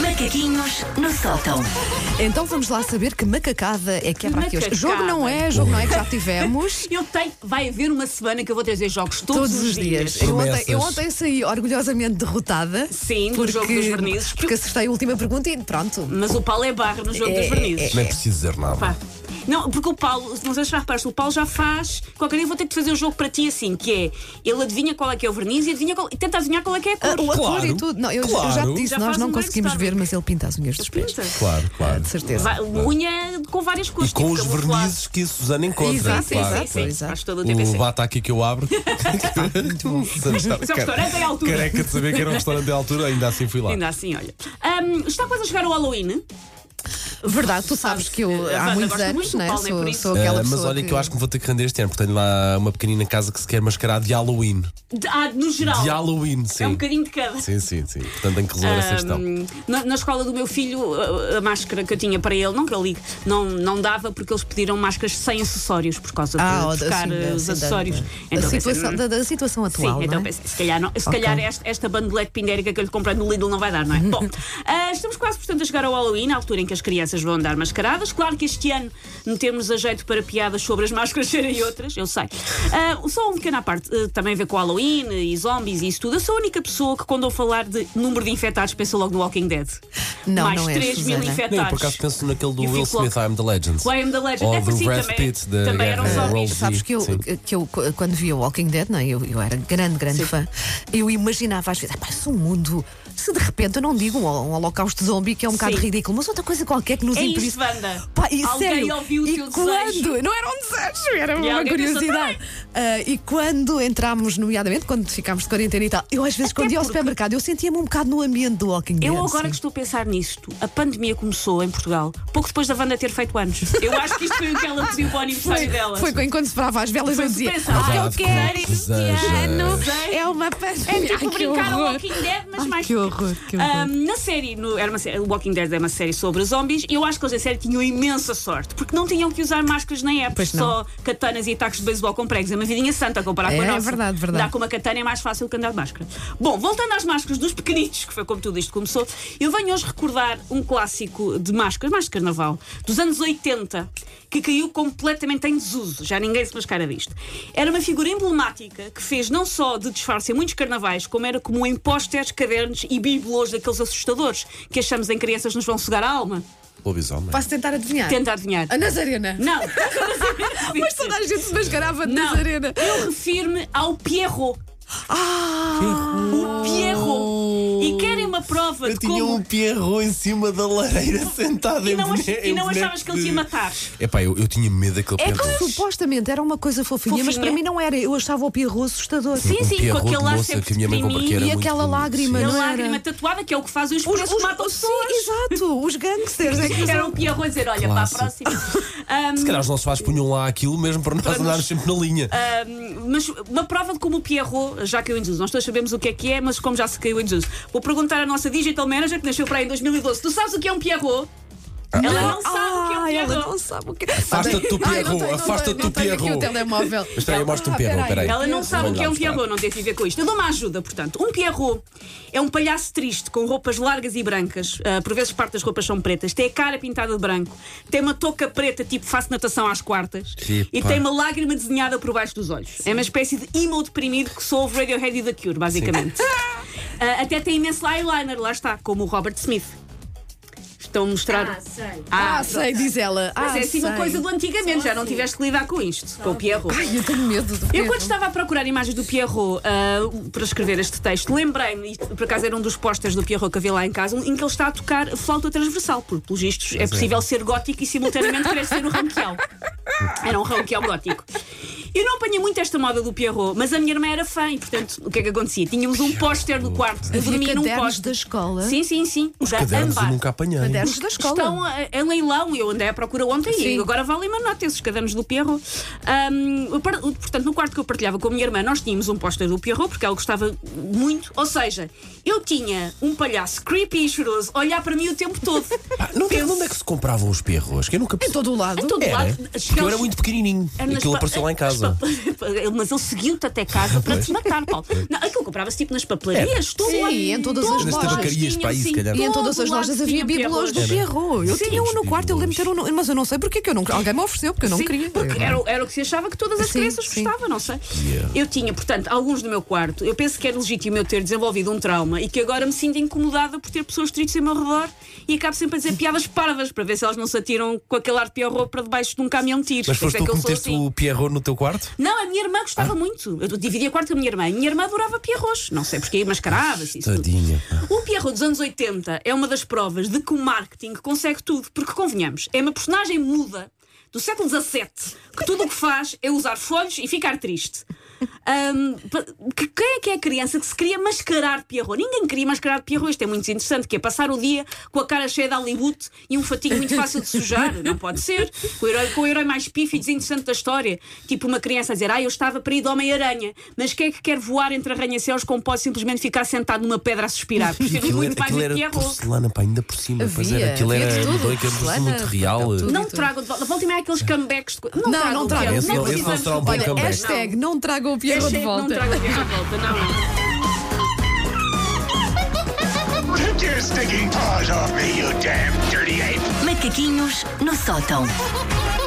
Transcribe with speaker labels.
Speaker 1: Macaquinhos no sótão.
Speaker 2: Então vamos lá saber que macacada é que é para aqui hoje.
Speaker 3: Macacada.
Speaker 2: Jogo não é, jogo não é que já tivemos.
Speaker 3: Eu tenho. Vai haver uma semana que eu vou trazer jogos todos,
Speaker 2: Todos os dias. Eu ontem,
Speaker 4: Promessas.
Speaker 2: eu ontem saí orgulhosamente derrotada.
Speaker 3: Sim, do jogo dos vernizes.
Speaker 2: Porque acertei a última pergunta e pronto.
Speaker 3: Mas o Paulo é barra no jogo dos vernizes.
Speaker 4: Nem preciso dizer nada.
Speaker 3: é? Pá. Não, porque o Paulo, não sei se já reparaste, o Paulo já faz. Qualquer dia vou ter que fazer um jogo para ti assim, que é ele adivinha qual é que é o verniz e adivinha qual, e tenta adivinhar qual é que é a
Speaker 2: Ah,
Speaker 3: cor.
Speaker 2: o ator
Speaker 4: Claro,
Speaker 2: e tudo. Não, eu, eu
Speaker 4: claro.
Speaker 2: já te disse,
Speaker 3: Já
Speaker 2: nós
Speaker 3: faz
Speaker 2: não
Speaker 3: um
Speaker 2: conseguimos ver,
Speaker 3: brainstorming.
Speaker 2: mas ele pinta as unhas dos pés. Ah,
Speaker 3: Pinta.
Speaker 4: Claro, claro.
Speaker 2: De certeza.
Speaker 3: Vai- unha com várias cores.
Speaker 4: E com
Speaker 3: tipo
Speaker 4: os
Speaker 3: camuflado.
Speaker 4: vernizes que a Susana encontra.
Speaker 2: Exato,
Speaker 3: Sim,
Speaker 4: claro,
Speaker 3: sim, sim.
Speaker 4: claro.
Speaker 2: exato.
Speaker 3: Faz todo o
Speaker 4: O
Speaker 3: TPC.
Speaker 4: bata aqui que eu abro. Muito bom.
Speaker 3: Mas o restaurante é à altura.
Speaker 4: Careca de saber que era um restaurante da altura, ainda assim fui lá.
Speaker 3: Ainda assim, olha. Ahm, está quase a chegar o Halloween.
Speaker 2: Verdade, tu sabes que eu
Speaker 3: A Wanda
Speaker 2: há muitos
Speaker 3: gosta muito
Speaker 2: anos,
Speaker 3: do
Speaker 2: né,
Speaker 3: Paulo, é por
Speaker 2: sou,
Speaker 3: isso.
Speaker 2: sou
Speaker 4: Ah,
Speaker 2: aquela
Speaker 4: mas
Speaker 2: pessoa.
Speaker 4: olha que... eu acho que me vou ter que render este ano, porque tenho lá uma pequenina casa que se quer mascarar de Halloween.
Speaker 3: De- ah, no geral.
Speaker 4: De Halloween, sim.
Speaker 3: É um bocadinho de cada.
Speaker 4: Sim, sim, sim. Portanto, tenho que resolver essa questão.
Speaker 3: Ahm, na, na escola do meu filho, a, a máscara que eu tinha para ele, não que eu ligue, não, não dava porque eles pediram máscaras sem acessórios por causa
Speaker 2: Ah,
Speaker 3: de
Speaker 2: ó,
Speaker 3: trocar
Speaker 2: assim,
Speaker 3: os
Speaker 2: da-
Speaker 3: acessórios.
Speaker 2: da- da
Speaker 3: Então pensei,
Speaker 2: situação- é?
Speaker 3: hum,
Speaker 2: Da da situação
Speaker 3: Sim,
Speaker 2: atual.
Speaker 3: então
Speaker 2: não é?
Speaker 3: pensei, se calhar, não- se
Speaker 2: Ok.
Speaker 3: calhar esta, esta bandolete pindérica que eu lhe comprei no Lidl não vai dar, não é? Bom, ah, estamos quase, portanto, a chegar ao Halloween, à altura em que as crianças vão andar mascaradas. Claro que este ano metemos a jeito para piadas sobre as máscaras serem outras, eu sei. Ah, só um pequeno à parte, ah, também a ver com Halloween e zombies e isso tudo. Eu sou a única pessoa que, quando eu falar de número de infectados, pensa logo no Walking Dead.
Speaker 2: Não,
Speaker 3: Mais
Speaker 2: não és,
Speaker 3: 3 mil
Speaker 2: Susana.
Speaker 3: infectados.
Speaker 4: Não, eu por acaso penso naquele do
Speaker 3: é E
Speaker 4: Will
Speaker 3: fico logo-
Speaker 4: Smith, I Am the Legend.
Speaker 3: I Am the Legend.
Speaker 4: Ou
Speaker 3: É
Speaker 4: do
Speaker 3: sim,
Speaker 4: Brad
Speaker 3: também-
Speaker 4: Pitt, da
Speaker 3: também um
Speaker 4: guerra
Speaker 3: eram
Speaker 4: World
Speaker 3: zombies.
Speaker 4: Z.
Speaker 2: Sabes que eu,
Speaker 4: Sim.
Speaker 2: que eu, quando via o Walking Dead, não, é? eu, eu era grande, grande fã, eu imaginava às vezes, "Ah, pá, se o mundo, se de repente, eu não digo um, um holocausto zombie que é um bocado
Speaker 3: Sim.
Speaker 2: ridículo, mas outra coisa qualquer que nos
Speaker 3: É isso,
Speaker 2: impedisse.
Speaker 3: Wanda.
Speaker 2: Pá, e
Speaker 3: Alguém
Speaker 2: sério,
Speaker 3: ouviu o
Speaker 2: e
Speaker 3: teu
Speaker 2: quando?
Speaker 3: desejo.
Speaker 2: Não era um desejo, era
Speaker 3: E
Speaker 2: uma
Speaker 3: alguém pensou,
Speaker 2: curiosidade. Ah, e quando entrámos, nomeadamente, quando ficámos de quarentena e tal, eu às vezes,
Speaker 3: Até
Speaker 2: quando ia ao
Speaker 3: porque-
Speaker 2: supermercado, eu sentia-me um bocado no ambiente do Walking Dead.
Speaker 3: Eu agora
Speaker 2: sim.
Speaker 3: que estou a pensar nisto, a pandemia começou em Portugal pouco depois da Wanda ter feito anos. Eu acho que isto foi o que ela pediu para o aniversário dela.
Speaker 2: Foi enquanto se parava as velas,
Speaker 3: Foi
Speaker 2: eu dizia:
Speaker 3: suspensa.
Speaker 2: "Ah, eu
Speaker 4: Exato,
Speaker 2: quero
Speaker 4: que
Speaker 2: este
Speaker 4: desejo.
Speaker 2: ano! É uma pandemia.
Speaker 3: Tipo,
Speaker 2: Ai, que
Speaker 3: brincar ao
Speaker 2: horror.
Speaker 3: Walking Dead, mas
Speaker 2: Ai,
Speaker 3: mais.
Speaker 2: que horror, que horror.
Speaker 3: Ahm, na série, no, era uma série, o Walking Dead é uma série sobre zombies, e eu acho que eles em série tinham imensa sorte, porque não tinham que usar máscaras nem apps,
Speaker 2: Pois não.
Speaker 3: só katanas e ataques de beisebol com pregos. É uma vidinha santa comparar com a
Speaker 2: É, é
Speaker 3: nossa.
Speaker 2: verdade, verdade.
Speaker 3: Dá com uma katana é mais fácil que andar de máscara. Bom, voltando às máscaras dos pequenitos, que foi como tudo isto começou, eu venho hoje recordar um clássico de máscaras, mais de carnaval, dos anos 80, que caiu completamente em desuso. Já ninguém se mascara disto. Era uma figura emblemática que fez não só de disfarce em muitos carnavais, como era comum em pósteres, cadernos e bibelôs daqueles assustadores que achamos em crianças que nos vão sugar a alma.
Speaker 4: Lobisomem.
Speaker 2: Posso tentar adivinhar?
Speaker 3: Tenta adivinhar.
Speaker 2: A Nazarena.
Speaker 3: Não!
Speaker 2: Mas toda a gente se mascarava de
Speaker 3: Não.
Speaker 2: Nazarena.
Speaker 3: Eu refiro-me ao Pierrot.
Speaker 2: Ah!
Speaker 3: O
Speaker 2: Oh.
Speaker 3: Pierrot. E querem uma prova
Speaker 4: Eu
Speaker 3: de
Speaker 4: tinha
Speaker 3: como.
Speaker 4: um pierro em cima da lareira sentado
Speaker 3: E
Speaker 4: em
Speaker 3: não, ach-
Speaker 4: boneco-
Speaker 3: e não
Speaker 4: em
Speaker 3: achavas que ele te ia
Speaker 4: boneco de-
Speaker 3: matar.
Speaker 4: Epá, eu, eu tinha medo daquele
Speaker 2: É
Speaker 4: pierro.
Speaker 2: que supostamente era uma coisa fofinha, mas
Speaker 3: Fofinha.
Speaker 2: para mim não era. Eu achava o Pierrot assustador.
Speaker 3: Sim,
Speaker 4: Um
Speaker 3: sim, com
Speaker 4: pierro de
Speaker 3: aquele ar
Speaker 4: moça
Speaker 3: sempre
Speaker 4: que a minha mãe comprou, que
Speaker 3: deprimido.
Speaker 4: era
Speaker 2: E
Speaker 4: muito
Speaker 2: aquela
Speaker 4: bom.
Speaker 2: lágrima,
Speaker 3: A
Speaker 2: não era?
Speaker 3: lágrima tatuada, que é o que fazem os
Speaker 2: Os,
Speaker 3: presos que matam
Speaker 2: os, sim,
Speaker 3: pessoas.
Speaker 2: exato, os gangsters. é que-
Speaker 3: Era o Pierrot a dizer: olha, para a
Speaker 4: Clássico.
Speaker 3: próxima. Ahm,
Speaker 4: Se calhar os nossos pais punham lá aquilo mesmo para nós andarmos sempre na linha.
Speaker 3: Ah, ahm, mas uma prova de como o Pierrot já caiu em desuso. Nós todos sabemos o que é que é, mas como já se caiu em desuso. Vou perguntar à nossa digital manager, que nasceu para aí em 2012. Tu sabes o que é um Pierrot?
Speaker 4: Ah.
Speaker 3: Ela não sabe o que é um
Speaker 2: Ah, ela
Speaker 3: Pierrot.
Speaker 2: não sabe o que é.
Speaker 4: Afasta-te
Speaker 3: um
Speaker 4: do
Speaker 2: Ai, não
Speaker 4: Pierrot,
Speaker 2: tenho- não
Speaker 4: afasta-te
Speaker 2: tenho-
Speaker 4: do
Speaker 2: não tenho aqui o
Speaker 4: Pierrot.
Speaker 2: telemóvel.
Speaker 4: Espera aí, mostra um
Speaker 2: Ah,
Speaker 4: Pierrot,
Speaker 2: peraí.
Speaker 4: espera aí.
Speaker 3: Ela não
Speaker 2: Pierrot.
Speaker 3: sabe o
Speaker 4: Vai
Speaker 3: que
Speaker 4: lá
Speaker 3: é um
Speaker 4: mostrar.
Speaker 3: Pierrot, não teve a ver com isto. Eu dou uma ajuda, portanto. Um Pierrot é um palhaço triste com roupas largas e brancas. Ah, por vezes parte das roupas são pretas. Tem a cara pintada de branco. Tem uma touca preta, tipo faço natação às quartas.
Speaker 4: Epa.
Speaker 3: E tem uma lágrima desenhada por baixo dos olhos. É uma espécie de emo deprimido que só ouve Radiohead e The Cure, basicamente. Ah, até tem imenso eyeliner, lá está, como o Robert Smith. Estão a mostrar. Ah, sei.
Speaker 2: Ah, sei, diz ela.
Speaker 3: Mas
Speaker 2: ah,
Speaker 3: é assim uma
Speaker 2: sei.
Speaker 3: coisa do antigamente, já não tiveste que lidar com isto, com o Pierrot.
Speaker 2: Ai, eu tenho medo do
Speaker 3: Eu,
Speaker 2: Pierrot.
Speaker 3: quando estava a procurar imagens do Pierrot ah, para escrever este texto, lembrei-me, isto, por acaso era um dos posters do Pierrot que havia lá em casa, em que ele está a tocar flauta transversal, porque, pelos vistos, é possível ser gótico e simultaneamente querer ser um ranquial. Era um ranquial gótico. Eu não apanhei muito esta moda do Pierrot, mas a minha irmã era fã e, portanto, o que é que acontecia? Tínhamos um póster no quarto, eu
Speaker 2: Havia
Speaker 3: dormia num
Speaker 2: cadernos
Speaker 3: póster.
Speaker 2: da escola?
Speaker 3: Sim, sim, sim. Os
Speaker 4: Cadernos eu nunca apanhei.
Speaker 2: Cadernos da escola.
Speaker 3: Estão a- em leilão, eu andei à procura ontem
Speaker 2: Sim.
Speaker 3: e agora valem uma nota esses cadernos do Pierrot. Ahm, eu par- portanto, no quarto que eu partilhava com a minha irmã, nós tínhamos um póster do Pierrot, porque ela gostava muito. Ou seja, eu tinha um palhaço creepy e choroso a olhar para mim o tempo todo.
Speaker 4: Pá, não tem- Onde é que se compravam os pierros? Que eu nunca
Speaker 2: Em todo o lado.
Speaker 3: Em todo o
Speaker 4: Era.
Speaker 3: lado.
Speaker 4: Porque eu era muito pequenininho.
Speaker 3: Era nas
Speaker 4: Aquilo
Speaker 3: pa-
Speaker 4: apareceu lá em casa. casa.
Speaker 3: Ele- Mas ele seguiu-te até casa para
Speaker 4: Pois.
Speaker 3: te matar, Paulo. Não, aquilo comprava-se tipo nas papelarias, tudo.
Speaker 2: Sim,
Speaker 3: ali,
Speaker 2: em todas
Speaker 3: tudo.
Speaker 2: as
Speaker 4: Nas
Speaker 2: lojas
Speaker 4: tabacarias, para aí, se
Speaker 3: Sim,
Speaker 4: calhar.
Speaker 2: E em todas as
Speaker 3: assim todo lado
Speaker 2: lojas
Speaker 3: tinha
Speaker 2: havia bibelôs do
Speaker 3: Pierrot.
Speaker 2: Pierrot. Eu
Speaker 3: Sim.
Speaker 2: tinha um no quarto, eu lembro de ter um, no- mas eu não sei porque que eu não. Alguém me ofereceu, porque eu não
Speaker 3: Sim,
Speaker 2: queria.
Speaker 3: Porque era, o- era o que se achava que todas as
Speaker 2: Sim,
Speaker 3: crianças
Speaker 2: sim.
Speaker 3: gostavam, não sei.
Speaker 4: É. Yeah.
Speaker 3: Eu tinha, portanto, alguns no meu quarto. Eu penso que era legítimo eu ter desenvolvido um trauma e que agora me sinto incomodada por ter pessoas tristes em meu redor e acabo sempre a dizer piadas parvas para ver se elas não se atiram com aquele ar de pior para debaixo de um caminhão de tiros.
Speaker 4: Mas
Speaker 3: Por isso
Speaker 4: foste
Speaker 3: é
Speaker 4: tu
Speaker 3: que
Speaker 4: que
Speaker 3: eu sou
Speaker 4: meteste
Speaker 3: assim.
Speaker 4: o Ah. Pierrot no teu quarto?
Speaker 3: Não, a minha irmã gostava muito. Eu dividia quarto com a minha irmã. A minha irmã adorava Pierrot. Não sei porque aí mascarava-se. isso tudo.
Speaker 4: Tadinha, pá.
Speaker 3: O Um Pierrot dos anos 80 é uma das provas de que o marketing consegue tudo. Porque, convenhamos, é uma personagem muda do século XVII que tudo o que faz é usar folhos e ficar triste. Ahm, pa- que- quem é que é a criança que se queria mascarar de Pierrot? Ninguém queria mascarar de Pierrot. Isto é muito interessante, que é passar o dia com a cara cheia de alibute e um fatinho muito fácil de sujar. Não pode ser. Com o herói, com o herói mais pífio e desinteressante da história. Tipo uma criança a dizer, ah, eu estava para ir de Homem-Aranha. Mas quem é que quer voar entre arranha-céus como pode simplesmente ficar sentado numa pedra a suspirar? Prefiro
Speaker 4: Aquilo era,
Speaker 3: muito um mais
Speaker 4: aquilo
Speaker 3: a
Speaker 4: era
Speaker 3: Pierrot.
Speaker 4: porcelana, pá, ainda por cima. pois
Speaker 2: Havia,
Speaker 4: era, aquilo
Speaker 2: havia de
Speaker 4: era
Speaker 2: tudo,
Speaker 4: medonho, que era
Speaker 2: porcelana,
Speaker 4: muito real.
Speaker 2: papel, tudo.
Speaker 3: Não trago de volta. Volta e meia é aqueles comebacks de co-
Speaker 2: Não, não trago.
Speaker 3: Pierrot.
Speaker 2: Esse
Speaker 3: Nem
Speaker 2: não- esse não
Speaker 3: precisamos
Speaker 4: será
Speaker 3: do
Speaker 4: um bom
Speaker 2: Olha,
Speaker 3: Pierrot.
Speaker 4: comeback.
Speaker 2: hashtag não traga o Pierrot de
Speaker 3: Hashtag não
Speaker 2: volta.
Speaker 3: trago o Pierrot de volta, não, não.
Speaker 1: Take your stinking paws off me, you damn dirty ape!
Speaker 5: Macaquinhos no sótão.